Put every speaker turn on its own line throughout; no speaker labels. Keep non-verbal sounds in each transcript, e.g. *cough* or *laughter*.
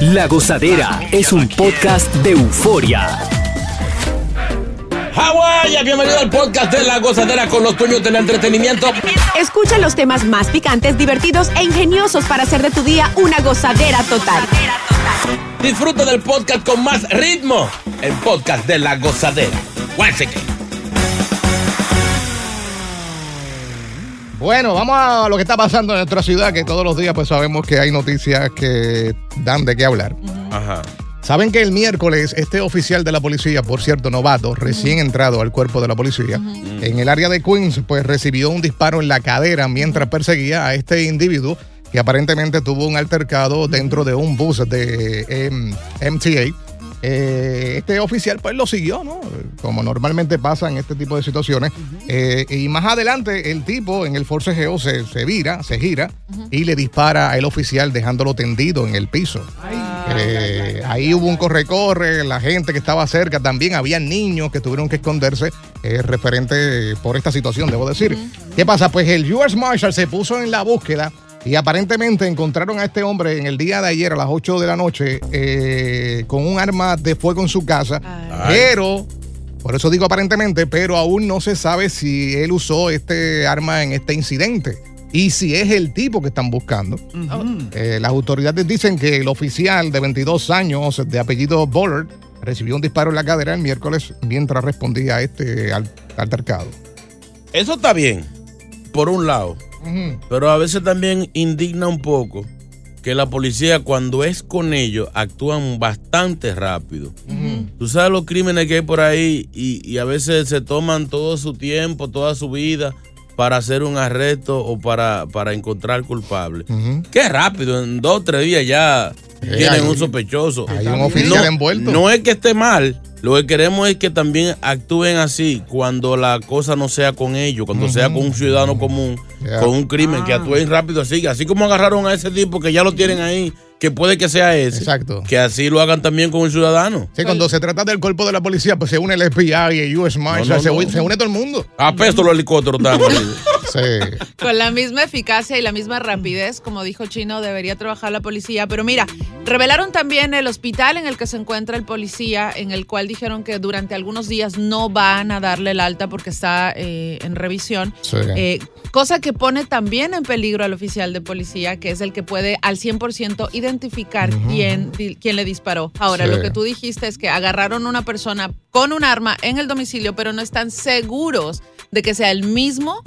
La Gozadera es un podcast de euforia.
Hawái, bienvenido al podcast de La Gozadera con los dueños del entretenimiento.
Escucha los temas más picantes, divertidos e ingeniosos para hacer de tu día una gozadera total.
Disfruta del podcast con más ritmo. El podcast de La Gozadera. Guáseque.
Bueno, vamos a lo que está pasando en nuestra ciudad, que todos los días pues sabemos que hay noticias que dan de qué hablar.
Ajá.
Saben que el miércoles este oficial de la policía, por cierto novato, recién entrado al cuerpo de la policía, en el área de Queens, pues recibió un disparo en la cadera mientras perseguía a este individuo que aparentemente tuvo un altercado dentro de un bus de em, MTA. Eh, este oficial pues lo siguió, ¿no? Como normalmente pasa en este tipo de situaciones. Eh, y más adelante el tipo en el forcejeo se, se vira, se gira y le dispara al oficial dejándolo tendido en el piso. Eh, ahí hubo un corre-corre, la gente que estaba cerca también, había niños que tuvieron que esconderse eh, referente eh, por esta situación, debo decir. ¿Qué pasa? Pues el US Marshal se puso en la búsqueda y aparentemente encontraron a este hombre en el día de ayer a las 8 de la noche eh, con un arma de fuego en su casa, pero... Por eso digo aparentemente, pero aún no se sabe si él usó este arma en este incidente y si es el tipo que están buscando. Eh, las autoridades dicen que el oficial de 22 años de apellido Bollard recibió un disparo en la cadera el miércoles mientras respondía a este al- altercado.
Eso está bien, por un lado.
Ujú.
Pero a veces también indigna un poco que la policía, cuando es con ellos, actúan bastante rápido. Tú sabes los crímenes que hay por ahí y, y a veces se toman todo su tiempo, toda su vida para hacer un arresto o para, para encontrar culpable.
Ujú.
Qué rápido, en dos o tres días ya tienen
Eh, hay-
un sospechoso.
hay un oficial
no,
envuelto.
No es que esté mal, lo que queremos es que también actúen así cuando la cosa no sea con ellos, cuando sea con un ciudadano común,
Yeah.
con un crimen, que actúen rápido así. Así como agarraron a ese tipo que ya lo tienen ahí, que puede que sea ese.
Exacto.
Que así lo hagan también con un ciudadano.
Sí, cuando se trata del cuerpo de la policía, pues se une el FBI, el US Marshal,
no,
se,
no.
u- se une todo el mundo.
Apesto los helicópteros también.
Sí.
Con la misma eficacia y la misma rapidez, como dijo Chino, debería trabajar la policía. Pero mira, revelaron también el hospital en el que se encuentra el policía, en el cual dijeron que durante algunos días no van a darle el alta porque está eh, en revisión.
Sí.
Eh, cosa que pone también en peligro al oficial de policía, que es el que puede al 100% identificar quién, di- quién le disparó. Ahora,
Sí.
lo que tú dijiste es que agarraron una persona con un arma en el domicilio, pero no están seguros de que sea el mismo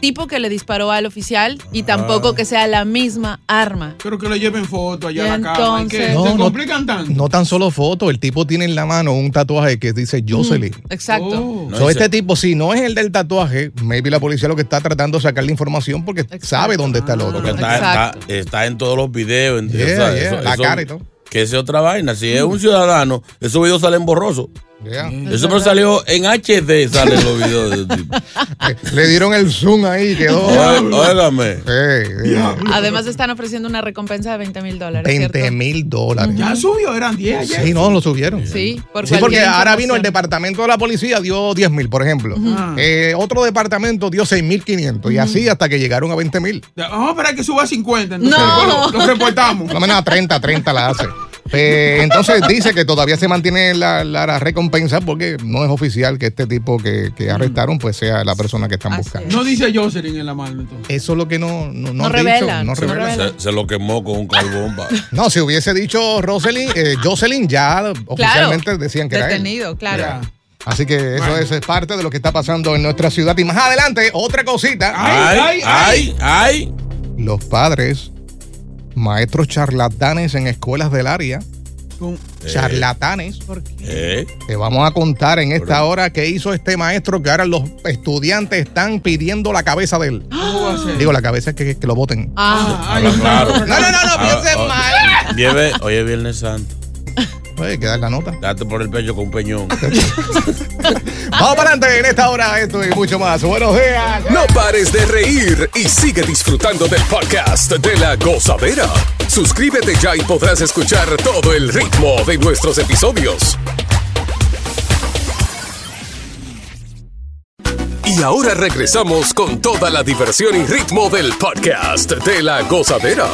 tipo que le disparó al oficial
Ah.
y tampoco que sea la misma arma.
Pero que le lleven foto allá a
Y
la cama. ¿y qué?
entonces-
No,
¿Se
no-
complican tanto?
No tan solo fotos, el tipo tiene en la mano un tatuaje que dice
Mm.
Jocelyn.
Mm, Exacto.
Oh.
No,
So,
ese-
este tipo, si no es el del tatuaje, maybe la policía lo que está tratando es sacar la información porque
Exacto.
sabe dónde está el otro.
Porque está, está,
Exacto.
está en todos los videos. en-
Yeah, yeah, la cara y todo.
Que esa es otra vaina. Si es
Mm.
un ciudadano, esos videos salen borrosos.
Yeah.
Eso me salió en HD, salen los videos
*laughs*
de ese tipo.
Eh, Le dieron el zoom ahí, quedó.
Oé- Óigame.
Eh, eh,
Además están ofreciendo una recompensa de 20 mil dólares.
20
Ah, ¿cierto?
mil dólares.
Ya subió, eran 10 ayer.
Sí, no, lo subieron.
Sí, por
Sí, porque
cualquier
ahora vino
información.
el
Ah.
departamento de la policía, dio 10 mil, por ejemplo.
Ujú.
Eh, otro departamento dio 6 mil 500 y así hasta que llegaron a 20 mil.
Vamos a esperar Ah, que suba a 50. Entonces,
No.
después lo, lo reportamos.
Por lo menos a 30, 30 la hace. Eh, entonces dice que todavía se mantiene la, la- la recompensa porque no es oficial que este tipo que, que arrestaron pues sea la persona que están
Así
buscando.
es.
No dice Jocelyn en la mano. Entonces.
Eso es lo que no, no, no
No
han
revelan,
dicho, no
no
revelan.
revelan.
Se, se lo quemó con un carbón. va.
No, si hubiese dicho Roselyn, eh, Jocelyn, ya oficialmente decían que era él.
Detenido, claro.
Ya.
Así que eso
Bueno.
es, es parte de lo que está pasando en nuestra ciudad. Y más adelante, otra cosita.
Ay,
Ay,
ay,
ay,
ay.
Los padres, maestros charlatanes en escuelas del área,
Con-
charlatanes.
Eh,
Te vamos a contar en esta hora qué hizo este maestro que ahora los estudiantes están pidiendo la cabeza de él.
*gasps* ¿Cómo va a ser?
Digo, la cabeza es que, que lo voten.
Ah,
Ah, ay,
habla claro.
No, no, no, no
Ah,
pienses
oh,
mal.
vieve- Hoy es Viernes Santo.
Oye, hay que dar la nota.
Date por el pecho con un peñón.
*laughs* Vamos para adelante en esta hora, esto y mucho más. Buenos días.
No pares de reír y sigue disfrutando del podcast de La Gozadera. Suscríbete ya y podrás escuchar todo el ritmo de nuestros episodios. Y ahora regresamos con toda la diversión y ritmo del podcast de La Gozadera.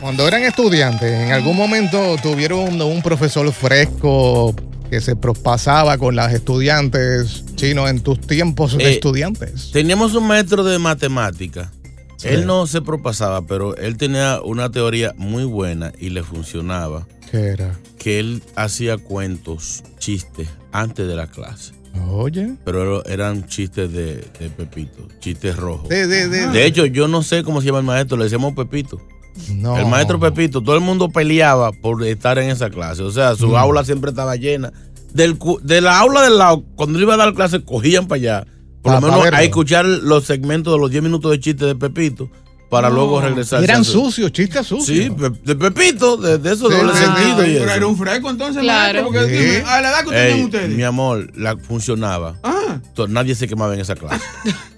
Cuando eran estudiantes, en algún momento tuvieron un, un profesor fresco que se propasaba con las estudiantes chinos en tus tiempos de
Eh,
estudiantes.
Teníamos un maestro de matemática.
Sí.
Él no se propasaba, pero él tenía una teoría muy buena y le funcionaba,
¿Qué era?
que él hacía cuentos, chistes, antes de la clase.
Oye.
Pero ero- eran chistes de, de Pepito, chistes rojos.
De, de, de,
De hecho, yo no sé cómo se llama el maestro, le decíamos Pepito.
no.
El maestro Pepito, todo el mundo peleaba por estar en esa clase. O sea,
Mm.
su aula siempre estaba llena. Del, cu- de la aula del lado, cuando él iba a dar clase, cogían para allá. Por
Pa-
lo
pa
menos
verlo.
a escuchar los segmentos de los 10 minutos de chiste de Pepito para luego regresar.
Eran
a su-
sucios, chistes sucios.
Sí, pe- de Pepito, de, de eso
Sí,
doble
sí,
sentido. y
Pero
eso.
era un fresco entonces,
Claro.
maestro, porque
Sí.
dime, a la edad que
Ey,
tienen ustedes.
mi amor, la funcionaba.
Ah,
To- Nadie se quemaba en esa clase.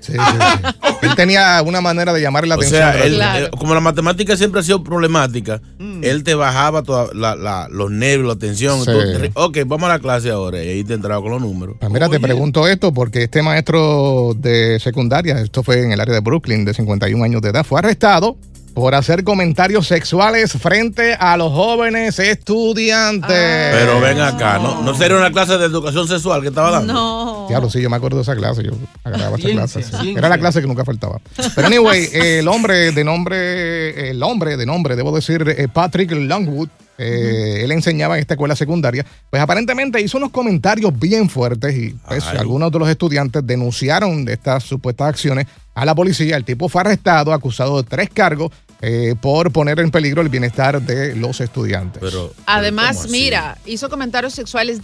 Sí, sí, sí. Él tenía una manera de llamar la
o
atención.
sea, él-
Claro.
eh, como la matemática siempre ha sido problemática,
Mm.
él te bajaba toda la- la- los nervios, la tensión.
Sí.
y tú te- ok, vamos a la clase ahora. Y ahí te entraba con los números.
Ah, Mira, te pregunto esto porque este maestro de secundaria, esto fue en el área de Brooklyn, de 51 años de edad, fue arrestado por hacer comentarios sexuales frente a los jóvenes estudiantes.
Ah. Pero ven acá, ¿no? ¿No sería una clase de educación sexual que estaba dando?
No.
Oh. Diablo, sí, yo me acuerdo de esa clase. Yo agarraba esa
Ciencia,
clase. sí.
ciencia.
Era la clase que nunca faltaba.
*laughs*
Pero anyway, eh, el hombre de nombre, el hombre de nombre, debo decir, eh, Patrick Longwood, eh, él enseñaba en esta escuela secundaria. Pues aparentemente hizo unos comentarios bien fuertes y pues,
Ay.
algunos de los estudiantes denunciaron de estas supuestas acciones a la policía. El tipo fue arrestado, acusado de tres cargos eh, por poner en peligro el bienestar de los estudiantes.
Pero, pero
Además,
¿cómo así?
mira, hizo comentarios sexuales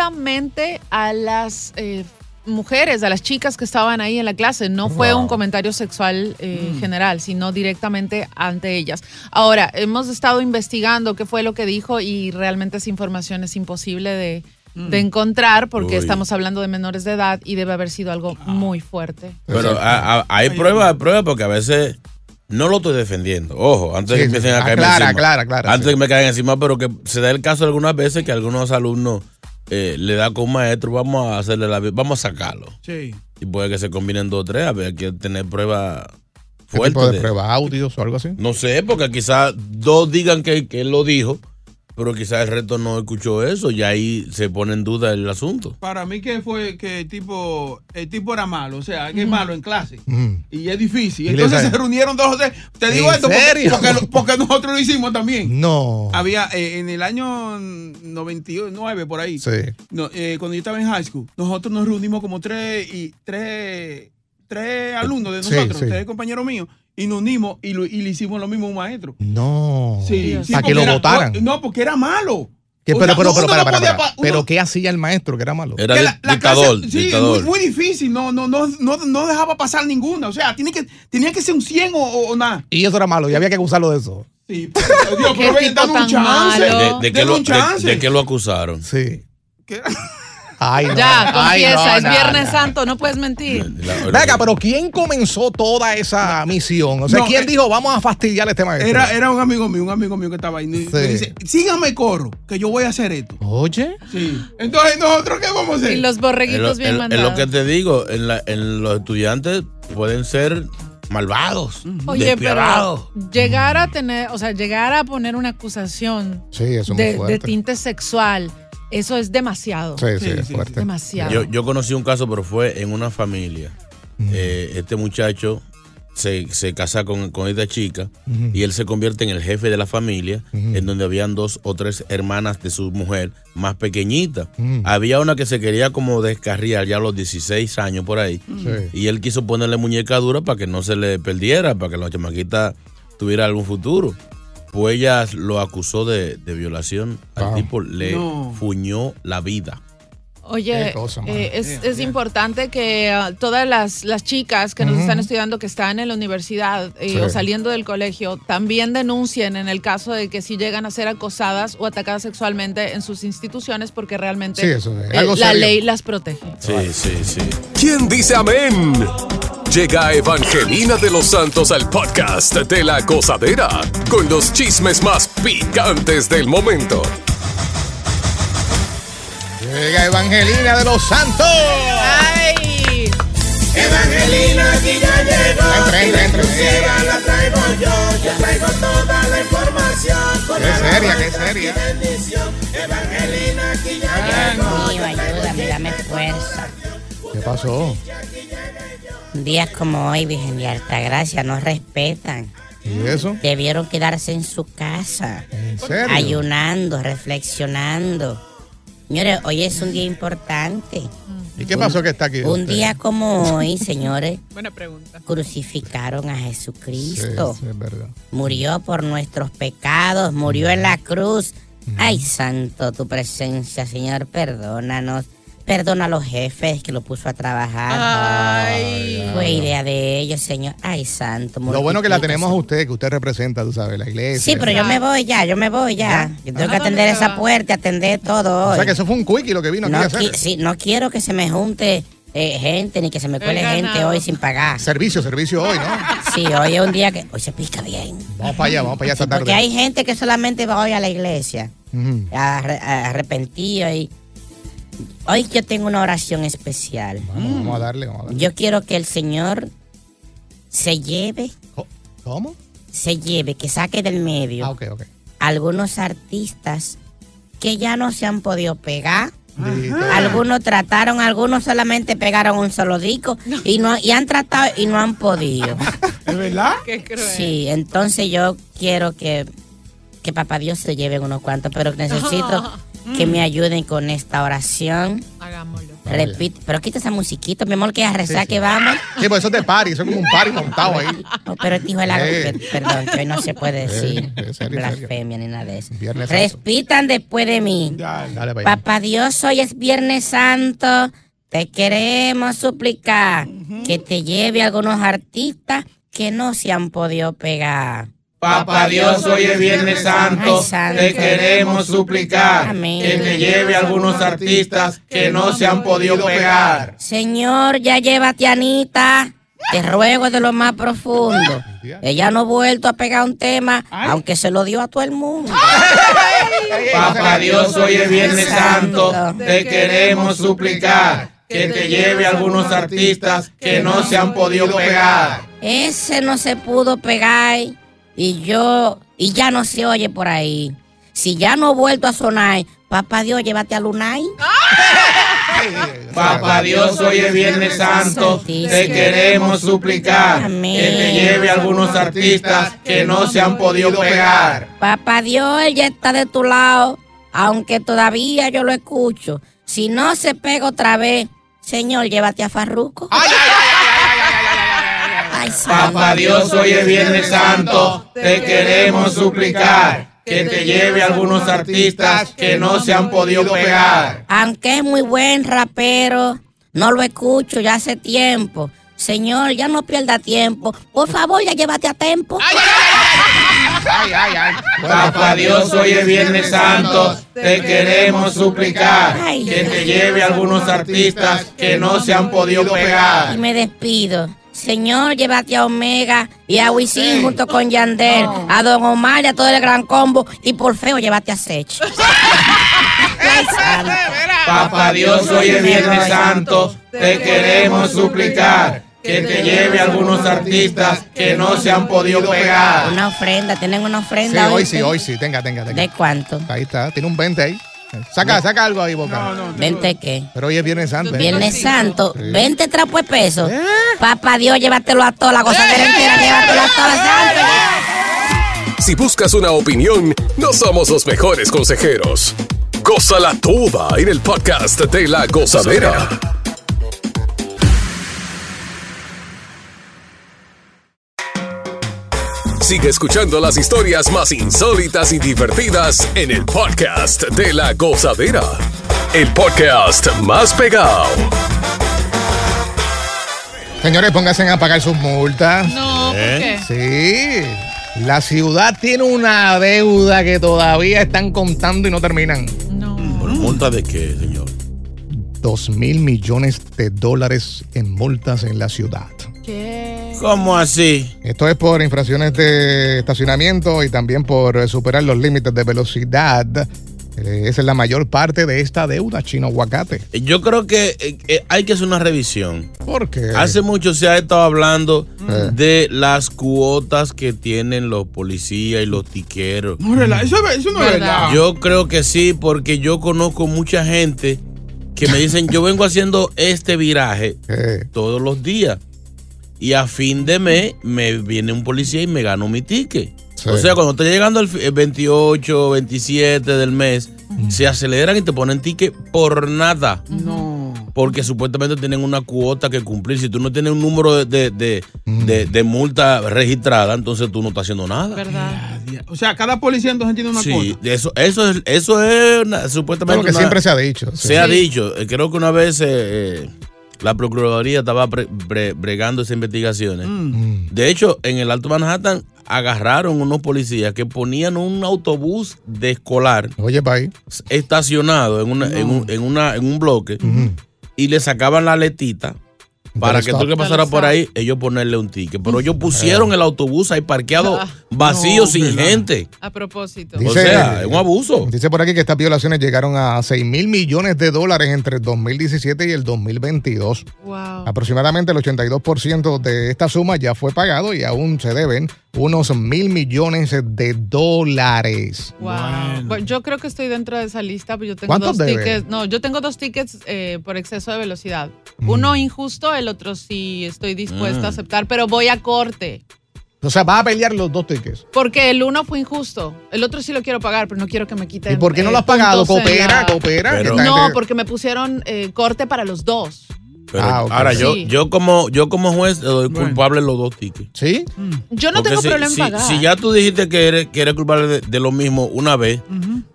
directamente a las eh, mujeres, a las chicas que estaban ahí en la clase. No fue
Wow.
un comentario sexual eh, general, sino directamente ante ellas. Ahora, hemos estado investigando qué fue lo que dijo y realmente esa información es imposible de, de encontrar
Uy.
porque estamos hablando de menores de edad y debe haber sido algo muy fuerte.
Pero a- a- hay pruebas, hay pruebas, porque a veces no lo estoy defendiendo. Ojo, antes de que
Sí, Ah, sí.
empiecen a caerme
Aclara,
encima.
aclara, aclara,
Antes
sí.
de que me caigan encima, pero que se da el caso algunas veces que algunos alumnos eh, le da con un maestro, vamos a hacerle la vi- vamos a sacarlo.
sí.
Y puede que se combinen dos o tres, a ver, hay que tener pruebas
¿Qué tipo
fuertes.
de
de-
pruebas? ¿Audios o algo así?
No sé, porque quizás dos digan que, que él lo dijo, pero quizás el resto no escuchó eso y ahí se pone en duda el asunto.
Para mí que fue que el tipo, el tipo era malo, o sea, que es malo en clase.
Mm.
Y es difícil.
Y le
Entonces
sale.
se reunieron dos o tres. Te digo
¿En
esto porque-
serio?
Porque, lo- porque nosotros lo hicimos también.
No.
Había eh, en el año 99, por ahí.
Sí.
No, eh, cuando yo estaba en high school, nosotros nos reunimos como tres y tres, tres alumnos de
Sí,
nosotros,
sí.
tres compañeros míos, y nos unimos y, lo- y le hicimos lo mismo a un maestro.
No.
Sí,
Dios.
sí,
Para
porque
que lo
era-
votaran.
No, no, porque era malo.
Que-
O
pero,
sea,
pero,
uno
pero,
no
para, para,
podía
para.
pa- uno-
Pero, ¿qué hacía el maestro que era malo?
Era
que
di-
la- la
dictador,
clase- sí,
dictador.
Muy, muy difícil, no, no, no, no, no dejaba pasar ninguna. O sea, tiene que, tenía que ser un 100 o, o- o nada.
Y eso era malo, y había que acusarlo de eso.
Sí, pero, Dios, pero ven,
tipo
dame
tan
un chance.
malo.
De, de que
Denle
lo,
un
de-
chance.
de que lo acusaron.
Sí.
¿Qué?
Ay, no.
Ya,
Ay,
confiesa,
no,
es
no,
Viernes
no.
Santo, no puedes mentir.
La-
Venga, pero ¿quién comenzó toda esa misión? O sea,
No,
¿quién
eh,
dijo, vamos a fastidiar a este maestro?
Era, era un amigo mío, un amigo mío que estaba ahí. Y me
Sí.
dice, síganme corro, que yo voy a hacer esto.
Oye.
Sí. Entonces, ¿nosotros qué vamos a hacer?
Y
Es
los
lo,
borreguitos bien
es- es
mandados.
lo que te digo, en, la- en los estudiantes pueden ser malvados,
Oye,
despiadados.
pero llegar a tener, o sea, llegar a poner una acusación
Sí, eso es muy
de, de
fuerte.
tinte sexual, eso es demasiado.
Sí, sí,
Sí,
es
sí,
fuerte.
Demasiado.
Yo, yo conocí un caso, pero fue en una familia. Eh, este muchacho se, se casa con, con esta chica y él se convierte en el jefe de la familia, en donde habían dos o tres hermanas de su mujer más pequeñita. Había una que se quería como descarriar ya a los 16 años por ahí.
Sí.
Y él quiso ponerle muñeca dura para que no se le perdiera, para que la chamaquita tuviera algún futuro. Pues ella lo acusó de, de violación. Al
Wow.
tipo le
No.
fuñó la vida.
Oye,
Qué cosa,
eh,
mano.
es,
Yeah,
es
yeah.
importante que ah, todas las, las chicas que nos
Ujú.
están estudiando, que están en la universidad eh,
Sí.
o saliendo del colegio, también denuncien en el caso de que si llegan a ser acosadas o atacadas sexualmente en sus instituciones, porque realmente
Sí, eso es
eh,
algo
la
serio.
ley las protege.
Sí, sí, sí.
¿Quién dice amén? Llega Evangelina de los Santos al podcast de la gozadera con los chismes más picantes del momento.
Llega Evangelina de los Santos.
¡Ay!
Evangelina aquí ya llegó.
Entra, entra,
y la
entra.
exclusiva la traigo yo. Yo traigo toda la información. Con
Qué seria, qué
alabanza
seria.
y bendición. Evangelina aquí ya
Dios mío, ayúdame, dame fuerza.
¿Qué pasó?
Días como hoy, Virgen de Altagracia, no respetan.
¿Y eso?
Debieron quedarse en su casa,
¿En serio?
ayunando, reflexionando. Señores, hoy es un día importante.
¿Y qué pasó que está aquí?
Un
usted?
día como hoy,
*laughs*
señores,
Buena pregunta.
crucificaron a
Sí,
Jesucristo.
sí, es verdad.
Murió por nuestros pecados, murió en la cruz.
Mm.
Ay, santo, tu presencia, Señor, perdónanos. Perdona a los jefes que lo puso a trabajar.
Ay.
Fue idea de ellos, Señor. Ay, santo.
Lo bueno que la
multiplica,
tenemos a
Señor.
usted, que usted representa, tú sabes, la iglesia.
Sí, pero yo me voy ya, yo me voy ya. Yo tengo que atender
¿Dónde
esa
va?
puerta, atender todo
O
hoy.
sea que eso fue un quickie lo que vino aquí
no,
a hacer.
qui- sí, no quiero que se me junte eh, gente ni que se me cuele
ganado.
gente hoy sin pagar.
Servicio, servicio hoy, ¿no?
Sí, hoy es un día que hoy se pica bien.
Vamos para allá, vamos para allá esta
Porque
tarde.
hay gente que solamente va hoy a la iglesia.
Ujú.
arre- arrepentido y hoy yo tengo una oración especial.
Vamos, vamos a darle, vamos a darle.
Yo quiero que el Señor se lleve,
Co- ¿Cómo?
se lleve, que saque del medio
Ah, ok, ok.
algunos artistas que ya no se han podido pegar.
Dito.
Algunos trataron, algunos solamente pegaron un solo disco y no y han tratado y no han
*laughs*
podido.
¿Es verdad?
Qué cruel.
Sí, entonces yo quiero que, que papá Dios se lleve unos cuantos, pero
*laughs*
necesito que me ayuden con esta oración.
Mm. Hagámoslo.
Repite, pero quita esa musiquita, mi amor, que a rezar que vamos.
Sí, pues eso es de party, eso es como un party montado ahí.
*laughs* Oh, pero dijo el ángel,
Eh.
per- perdón, que hoy no se puede decir
eh, serio, serio.
blasfemia ni nada de eso.
Viernes Santo.
Respitan después de mí.
Dale para allá.
Papá Dios, hoy es Viernes Santo. Te queremos suplicar que te lleve algunos artistas que no se han podido pegar.
Papá Dios, hoy es Viernes Santo.
Ay, santo.
Te queremos suplicar
Amén.
que te lleve algunos artistas que no se han podido pegar.
Señor, ya llévate a Anita. Te ruego de lo más profundo. Ella no ha vuelto a pegar un tema, aunque se lo dio a todo el mundo.
Papá Dios, hoy es Viernes Santo.
Santo.
Te queremos suplicar que te lleve algunos artistas que no se han podido pegar.
Ese no se pudo pegar y yo, y ya no se oye por ahí. Si ya no ha vuelto a sonar, papá Dios, llévate a Lunay.
Papá Dios, hoy es Viernes Santo. Te queremos suplicar
Amén.
que te lleve algunos artistas que no se han podido pegar.
Papá Dios, él ya está de tu lado, aunque todavía yo lo escucho. Si no se pega otra vez, Señor, llévate a Farruco.
Ay, ay, ay, ay, ay, ay, ay,
Ay, santo.
Papá Dios, hoy es Viernes Santo, te queremos suplicar que te lleve algunos artistas que no se han podido pegar.
Aunque es muy buen rapero, no lo escucho ya hace tiempo. Señor, ya no pierda tiempo. Por favor, ya llévate a tiempo.
ay, ay, ay. Bueno,
Papá Dios, hoy es Viernes Santo, te queremos suplicar que te lleve algunos artistas que no se han podido
Y
pegar.
me despido. Señor, llévate a Omega y a Wisin junto con Yandel, a Don Omar y a todo el gran combo. Y por feo, llévate a Sech. Ay, santo.
Papá Dios, hoy es Viernes Santo, te queremos suplicar que te lleve algunos artistas que no se han podido pegar.
Una ofrenda, tienen una
Ah. Sí,
ofrenda.
hoy
hoy?
sí, hoy sí. Tenga, tenga, tenga.
¿De cuánto?
Ahí está, tiene un 20 ahí. Saca, saca algo ahí, Boca.
¿Vente qué?
Pero hoy es Viernes Santo. ¿eh?
Viernes Santo, 20 trapos de peso. Papá Dios, llévatelo a
¿Eh?
toda la gozadera entera, llévatelo a toda santo.
Si buscas una opinión, no somos los mejores consejeros. Gózala toda en el podcast de La Gozadera. Sigue escuchando las historias más insólitas y divertidas en el podcast de La Gozadera. El podcast más pegado.
Señores, pónganse a pagar sus multas.
No, ¿por qué?
Sí. La ciudad tiene una deuda que todavía están contando y no terminan.
No.
¿Multa de qué, señor?
Dos mil millones de dólares en multas en la ciudad.
¿Qué?
¿Cómo así?
Esto es por infracciones de estacionamiento y también por eh, superar los límites de velocidad. Eh, Esa es la mayor parte de esta deuda chino aguacate.
Yo creo que eh, eh, hay que hacer una revisión.
Porque
Hace mucho se ha estado hablando
Eh.
de las cuotas que tienen los policías y los tiqueros.
No, rela- eso, es- eso no es
¿Verdad?
verdad.
Yo creo que sí, porque yo conozco mucha gente que me dicen, yo vengo haciendo este viraje todos los días. Y a fin de mes me viene un policía y me gano mi ticket.
Sí.
O sea, cuando está llegando el fi- el 28, 27 del mes, se aceleran y te ponen ticket por nada.
No.
Porque supuestamente tienen una cuota que cumplir. Si tú no tienes un número de, de, de- de- de multa registrada, entonces tú no estás haciendo nada.
¿Verdad?
O sea, cada policía entonces tiene una
Sí,
cuota.
eso, eso es, eso es una- supuestamente.
lo que
una-
siempre se ha dicho.
se ha dicho, eh, creo que una vez eh, eh, la Procuraduría estaba pre- bre- bregando esas investigaciones.
Mm.
De hecho, en el Alto Manhattan agarraron unos policías que ponían un autobús de escolar
Oye, país.
s- estacionado en, una, en, un, en una- en un bloque
Ujú.
y le sacaban la letita para que
Stop.
todo lo que pasara por ahí, ellos ponerle un ticket. Pero ellos pusieron el autobús ahí parqueado
Ah.
vacío,
No,
sin
¿verdad?
gente.
A propósito.
O
Dice-
sea, es un abuso.
Dice por aquí que estas violaciones llegaron a 6 mil millones de dólares entre el 2017 y el 2022.
Wow.
Aproximadamente el 82% de esta suma ya fue pagado y aún se deben unos mil millones de dólares.
Wow. Bueno, yo creo que estoy dentro de esa lista, pero yo tengo
¿Cuántos
dos
debe?
tickets. No, yo tengo dos tickets eh, por exceso de velocidad.
Mm.
Uno injusto, el otro sí estoy dispuesta a
Ah.
Mm.
aceptar, pero voy a corte.
O sea, vas a pelear los dos tickets.
Porque el uno fue injusto. El otro sí lo quiero pagar, pero no quiero que me quiten.
¿Y por qué no
eh,
lo has pagado?
puntos en
Coopera,
la-
coopera.
Pero-
Esta
No,
gente-
porque me pusieron eh, corte para los dos.
Pero
Ah, ok.
ahora yo,
Sí.
yo como, yo como juez le doy
Bueno.
culpable los dos tickets.
¿Sí?
Mm. Yo no
Porque
tengo
si,
problema
si-
en pagar.
si ya tú dijiste que eres, que eres culpable de, de lo mismo una vez,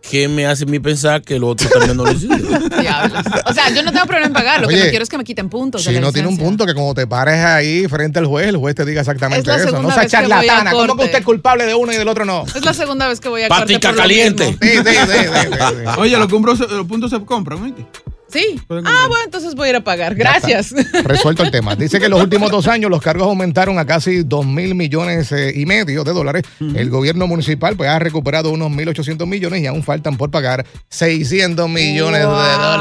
¿qué me hace a mí pensar que el otro también no lo
*laughs*
hicieron?
*laughs* Diablos. O sea, yo no tengo problema en pagar. Lo que
Oye,
no quiero es que me quiten puntos. de
Si
la
no tiene un
licencia.
punto que como te pares ahí frente al juez, el juez te diga
Es
exactamente
la
eso. No
segunda
sea
vez que voy a
charlatana. ¿Cómo que
corte.
usted es culpable de uno y del otro no?
Es la segunda vez que voy a corte.
Patica
por lo
caliente.
mismo.
Sí, sí, sí, sí, sí, sí.
Oye, los, compros- los puntos se compran, ¿oíste?
Sí.
Pueden
Ah,
comprar.
bueno, entonces voy a ir a pagar. Gracias.
Resuelto el tema. Dice que en los últimos dos años los cargos aumentaron a casi 2 mil millones eh, y medio de dólares. El gobierno municipal pues, ha recuperado unos 1.800 millones y aún faltan por pagar 600 millones de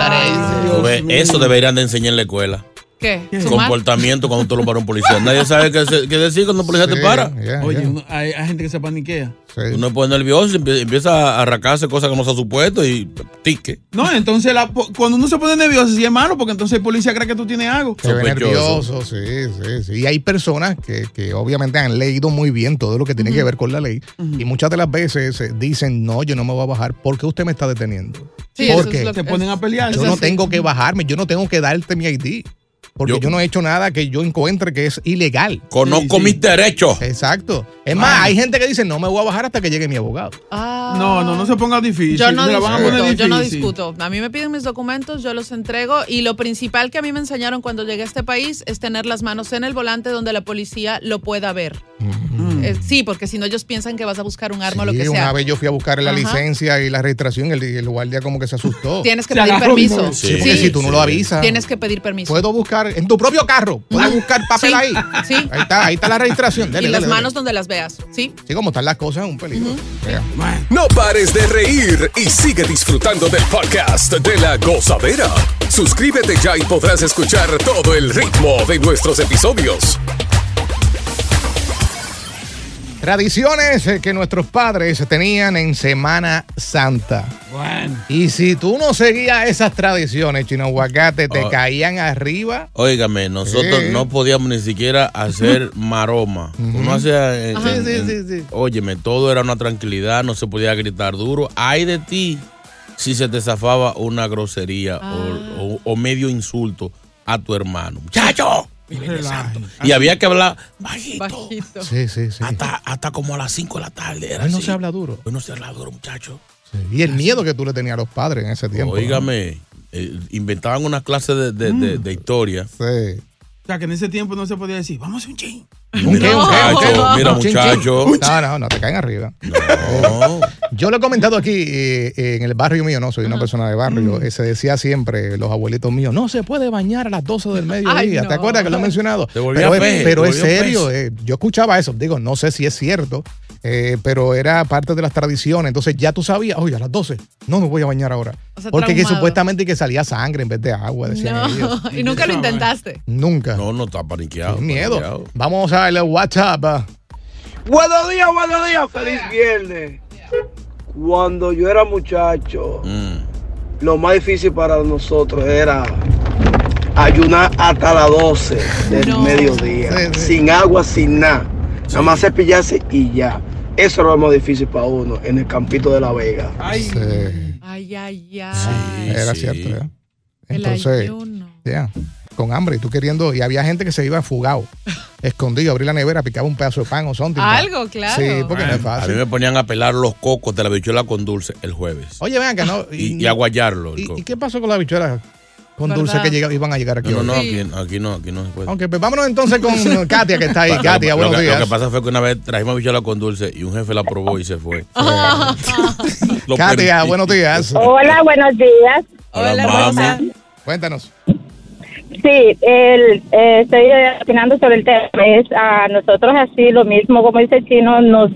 dólares.
Tú ves, Eso deberían de enseñar en la escuela.
¿Qué? ¿Sumar?
Comportamiento cuando tú lo paras un policía. Nadie sabe qué, se- qué decir cuando un policía te
Sí,
para.
ya,
Oye,
ya,
uno- hay, hay gente que se paniquea.
sí.
Uno se pone nervioso, empie- empieza a arrancarse cosas que no se ha supuesto y tique.
No, entonces la po- cuando uno se pone nervioso, sí es malo, porque entonces el policía cree que tú tienes algo.
Se ve
Sospechoso.
nervioso, sí, sí, sí. Y hay personas que, que obviamente han leído muy bien todo lo que tiene que ver con la ley y muchas de las veces eh, dicen, no, yo no me voy a bajar, ¿por qué usted me está deteniendo?
Sí,
¿Por
eso
qué?
es lo que
Te ponen a pelear.
Yo
Es
no
así.
tengo que bajarme, yo no tengo que darte mi ID, porque yo,
Yo-
no he hecho nada que yo encuentre que es ilegal.
Sí,
Conozco
sí.
mis derechos. Ah.
Exacto. Es más, hay gente que dice, no me voy a bajar hasta que llegue mi abogado.
Ah.
No, no, no se ponga difícil.
Yo no,
se la van a poner
discuto, yo no
difícil.
discuto. A mí me piden mis documentos, yo los entrego y lo principal que a mí me enseñaron cuando llegué a este país es tener las manos en el volante donde la policía lo pueda ver. Eh, sí, porque si no ellos piensan que vas a buscar un arma o lo
Mm. Sí,
que
una
sea.
vez yo fui a buscar la
Ajá.
licencia y la registración, el, el guardia como que se
*laughs*
asustó.
Tienes que
Se
pedir
agarró y
permiso.
movió.
Sí, porque
Sí,
si tú no
sí.
lo avisas,
tienes que pedir permiso.
puedo buscar en tu propio carro, puedo buscar papel
Sí,
ahí.
sí.
Ahí está, ahí está la registración.
y
Dele, dele,
las
dele.
manos donde las veas, ¿sí?
Sí, como están las cosas, es un peligro. Vea.
No pares de reír y sigue disfrutando del podcast de la gozadera. Suscríbete ya y podrás escuchar todo el ritmo de nuestros episodios.
Tradiciones eh, que nuestros padres tenían en Semana Santa.
Bueno.
Y si tú no seguías esas tradiciones, chino aguacate, te
Ah.
caían arriba.
Óigame, nosotros
Sí.
no podíamos ni siquiera hacer maroma. Uno hacía. en- en-
sí,
en- Óyeme, todo era una tranquilidad, no se podía gritar duro. Ay de ti si se te zafaba una grosería o-
Ah.
o, o medio insulto a tu hermano. ¡Muchacho! Y había que hablar bajito.
Bajito.
Sí, sí, sí.
Hasta, hasta como a las 5 de la tarde. Era
Hoy no
así.
se habla duro.
Hoy no se habla duro, muchacho.
Sí, Y el miedo que tú le tenías a los padres en ese tiempo. ¿no?
Óigame, eh, inventaban unas clases de, de- de- de historia.
Mm. Sí.
O sea, que en ese tiempo no se podía decir, vamos a hacer un ching.
¿Un qué? ¿Un qué? ¿Un qué?
muchacho, mira,
Un chin, chin.
muchacho.
No, no, no, te caen arriba.
No.
Yo lo he comentado aquí eh, eh, en el barrio mío, no soy una persona de barrio.
Mm.
eh, se decía siempre, los abuelitos míos, no se puede bañar a las 12 del mediodía.
no.
¿Te acuerdas que lo he mencionado?
Te volvía
pero es,
peje,
pero
te
es
volvía
serio, eh, yo escuchaba eso. Digo, no sé si es cierto, eh, pero era parte de las tradiciones. Entonces ya tú sabías, oye, a las 12, no me voy a bañar ahora.
O sea,
Porque que
traumado.
supuestamente que salía sangre en vez de agua, decían ellos.
No, *laughs* y nunca lo intentaste.
Nunca.
No, no está paniqueado.
Qué miedo.
paniqueado.
Vamos al WhatsApp. ah.
Buenos días, buenos días, feliz viernes. Cuando yo era muchacho,
Mm.
lo más difícil para nosotros era ayunar hasta las 12 del
No.
mediodía,
Sí, sí.
sin agua, sin nada. Nada más cepillarse y ya. Eso era lo más difícil para uno en el campito de La Vega.
Ay,
Sí,
Ay, ay, ay.
era
sí.
cierto. ¿eh?
El
Entonces,
ayuno.
ya, con hambre y tú queriendo. Y había gente que se
*laughs*
iba fugado, escondido, abría la nevera, picaba un pedazo de pan o something.
Algo, claro.
Sí, porque no es
A mí
fácil.
me ponían a pelar los cocos de la bichuela con dulce el jueves.
Oye, vean que no.
Y, y a guayarlo. el
¿Y,
coco.
y qué pasó con las bichuelas con
¿Verdad?
dulce que llega- iban a llegar aquí?
No, no, no,
hoy?
aquí, aquí no, aquí no se puede.
Ok, pues vámonos
*laughs*
entonces con Katia, que está ahí.
Lo que-
Katia,
lo
buenos
que-
días.
Lo que pasa fue que una vez trajimos bichuela con dulce y un jefe la probó y se
*laughs*
fue.
*laughs*
Lo
Katia,
perdí.
buenos días.
Hola, buenos días.
Hola,
Hola,
mamá.
Rosa.
Cuéntanos.
Sí, el, eh, estoy opinando sobre el tema. Es a nosotros así lo mismo, como dice el chino, nos,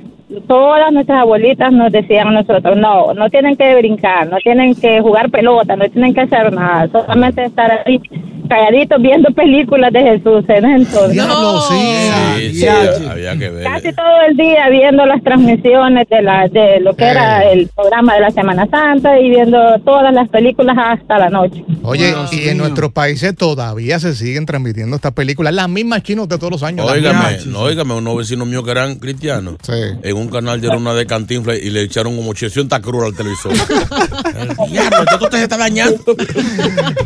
todas nuestras abuelitas nos decían a nosotros, no, no tienen que brincar, no tienen que jugar pelota, no tienen que hacer nada, solamente estar ahí calladitos viendo películas de Jesús ¿eh? en ese entonces.
Diablo, sí.
Sí, sí,
Ya,
había-
ya.
había que ver.
Casi todo el día viendo las transmisiones de, la, de lo que
Eh.
era el programa de la Semana Santa y viendo todas las películas hasta la noche.
Oye,
Dios
y en
mío.
nuestros países todavía se siguen transmitiendo estas películas, las mismas chinos de todos los años. las
Óigame,
mismas.
no, óigame, unos vecinos míos que eran cristianos.
Ah, Sí.
En un canal dieron una de cantinfla y le echaron como 800 cruz al
*laughs*
televisor. El Diablo, esto te está dañando.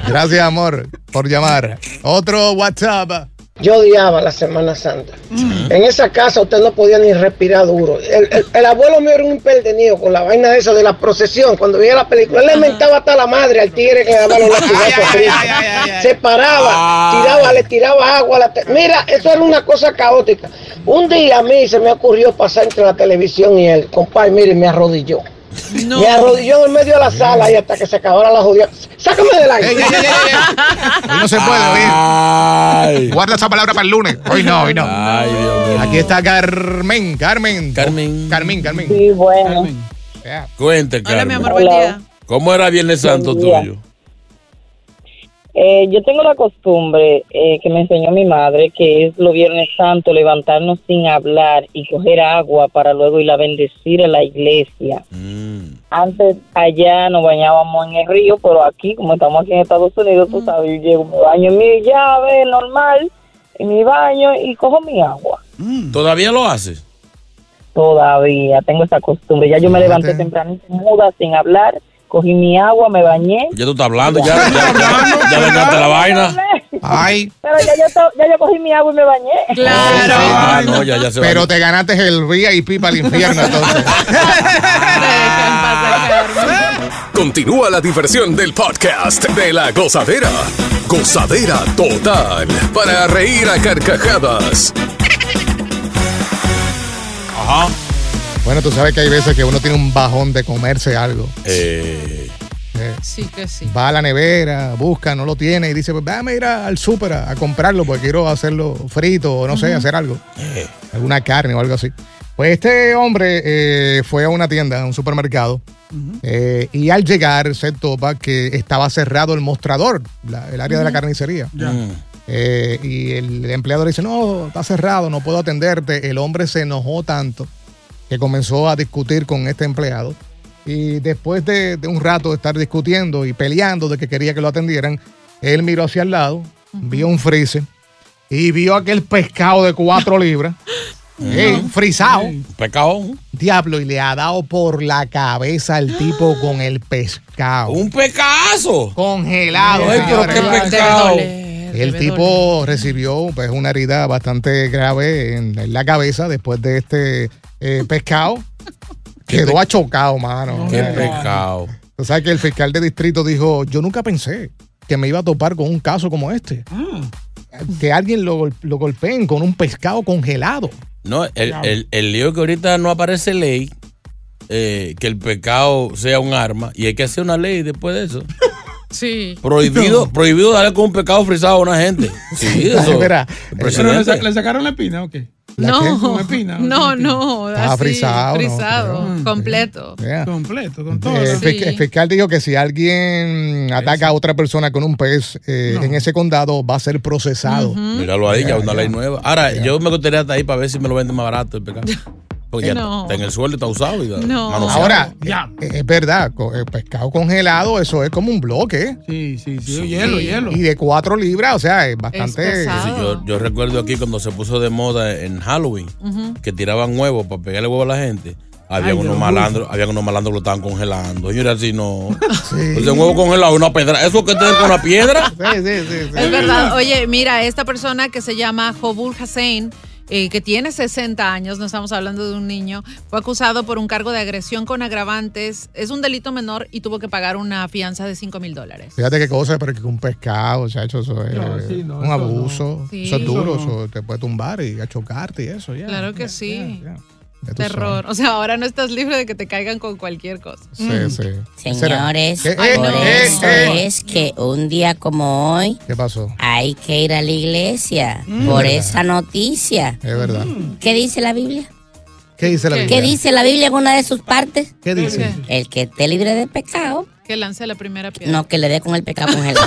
Gracias, amor, por llamar. Otro WhatsApp.
Yo odiaba la Semana Santa. En esa casa usted no podía ni respirar duro. El, el- el abuelo mío era un imperdenido con la vaina de esa de la procesión. Cuando veía la película, él le mentaba hasta la madre al tigre que le daba los latigazos a Cristo. Se paraba, tiraba, le tiraba agua. a la te- Mira, eso era una cosa caótica. Un día a mí se me ocurrió pasar entre la televisión y él. Compadre, mire, me arrodilló.
No.
Me arrodilló en el medio de la sala y hasta que se acabara la jodida. Sácame del aire.
Ey, ey, ey, ey, ey. Hoy no se puede, oye.
Ay,
Guarda esa palabra para el lunes. Hoy no, hoy no.
ay, Dios mío.
Aquí está Carmen, Carmen.
Carmen.
Carmen, Carmen.
Sí, bueno.
Carmen.
Ya.
Cuente, Carmen.
Hola, mi amor, buen día.
¿Cómo era Viernes Santo
Buen día.
tuyo?
Eh, yo tengo la costumbre eh, que me enseñó mi madre, que es los Viernes Santo, levantarnos sin hablar y coger agua para luego ir a bendecir a la iglesia.
Mm.
Antes allá nos bañábamos en el río, pero aquí, como estamos aquí en Estados Unidos,
Mm.
tú sabes, yo llego, me baño en mi llave normal, en mi baño y cojo mi agua.
Mm.
¿Todavía lo haces?
Todavía tengo esa costumbre. Ya yo me
Fíjate.
levanté tempranito, muda, sin hablar, cogí mi agua, me bañé.
Ya tú estás hablando, ya, ya,
*laughs*
ya, ya vengaste la vaina.
Ay,
Pero ya yo, to- ya yo cogí mi agua y me bañé.
Claro.
Ah, no, ya, ya se
pero
va.
te ganaste el VIP para el infierno,
*laughs*
entonces.
Dejen pasar, Carmen.
Continúa la diversión del podcast de la gozadera. Gozadera total para reír a carcajadas.
Bueno, tú sabes que hay veces que uno tiene un bajón de comerse algo.
Eh,
Eh,
Sí que sí.
va a la nevera, busca, no lo tiene y dice, pues dame ir a- al súper a, a comprarlo porque quiero hacerlo frito o no sé, hacer algo. Alguna carne o algo así. Pues este hombre eh, fue a una tienda, a un supermercado, eh, y al llegar se topa que estaba cerrado el mostrador, la- el área de la carnicería.
mm.
Eh, y el empleado le dice, no, está cerrado, no puedo atenderte. El hombre se enojó tanto que comenzó a discutir con este empleado. Y después de, de un rato de estar discutiendo y peleando de que quería que lo atendieran, él miró hacia el lado, vio un freezer y vio aquel pescado de cuatro libras, eh, frisado,
Pecado.
diablo, y le ha dado por la cabeza al
*gasps*
tipo con el pescado.
Un pecazo.
Congelado.
Ay, pero
señores.
qué
Debe
pecado.
doler,
El
debe doler.
tipo recibió pues, una herida bastante grave en, en la cabeza después de este
*laughs*
eh, pescado. Quedó achocado, mano.
Qué
Eh,
pecado.
Tú sabes que el fiscal de distrito dijo, yo nunca pensé que me iba a topar con un caso como este.
Ah.
Que alguien lo, gol- lo golpeen con un pescado congelado.
No, el, el, el lío que ahorita no aparece ley, eh, que el pecado sea un arma, y hay que hacer una ley después de eso.
Sí.
Prohibido, *laughs* prohibido darle con un pecado frisado a una gente. Sí, eso.
Espera.
El
¿Pero le, sa-
presidente.
le sacaron la espina o qué?
No,
qué?
no, no.
Estaba
así,
Ah, frisado, ¿no? Mm, eh,
frisado, completo.
Yeah.
Completo, con
Eh, el, fis-
Sí.
el fiscal dijo que si alguien ataca a otra persona con un pez eh, en ese condado va a ser procesado.
Míralo ahí, ya una ley nueva. Ahora, yo me gustaría hasta ahí para ver si me lo venden más barato el pecado. Porque ya
No.
está en el suelo y está usado. Y está
No.
manoseado.
Ahora, eh, es verdad, co- eh, pescado congelado, eso es como un bloque.
Sí, sí, sí, hielo, hielo.
Y de cuatro libras, o sea, es bastante.
Sí, yo, yo recuerdo aquí cuando se puso de moda en Halloween que tiraban huevos para pegarle huevo a la gente. Había
Ay,
unos
Dios.
malandros, había unos malandros que lo estaban congelando. Señores,
*laughs*
así no. Pues un huevo congelado, una piedra. ¿Eso que te den con una piedra?
Es verdad. Oye, mira, esta persona que se llama Hobul Hussein, eh, que tiene 60 años, no estamos hablando de un niño, fue acusado por un cargo de agresión con agravantes. Es un delito menor y tuvo que pagar una fianza de 5 mil dólares.
Fíjate qué cosa, pero que un pescado, o sea, eso es eh, un abuso.
Sí.
Eso es duro,
Eso
eso te puede tumbar y a chocarte y eso, ya.
Claro que sí.
Ya tú
Terror. O sea, ahora no estás libre de que te caigan con cualquier cosa. Mm,
Sí, sí.
Señores,
¿Qué-
por
eh, eh,
eso
eh?
es que un día como hoy
¿Qué pasó?
hay que ir a la iglesia
Mm.
por
Es verdad.
esa noticia.
Es verdad.
¿Qué dice la Biblia?
¿Qué dice la Biblia?
¿Qué dice la Biblia en una de sus partes?
¿Qué dice?
El que esté libre de pecado,
Que lance la primera piedra.
no que le dé con el pecado congelado.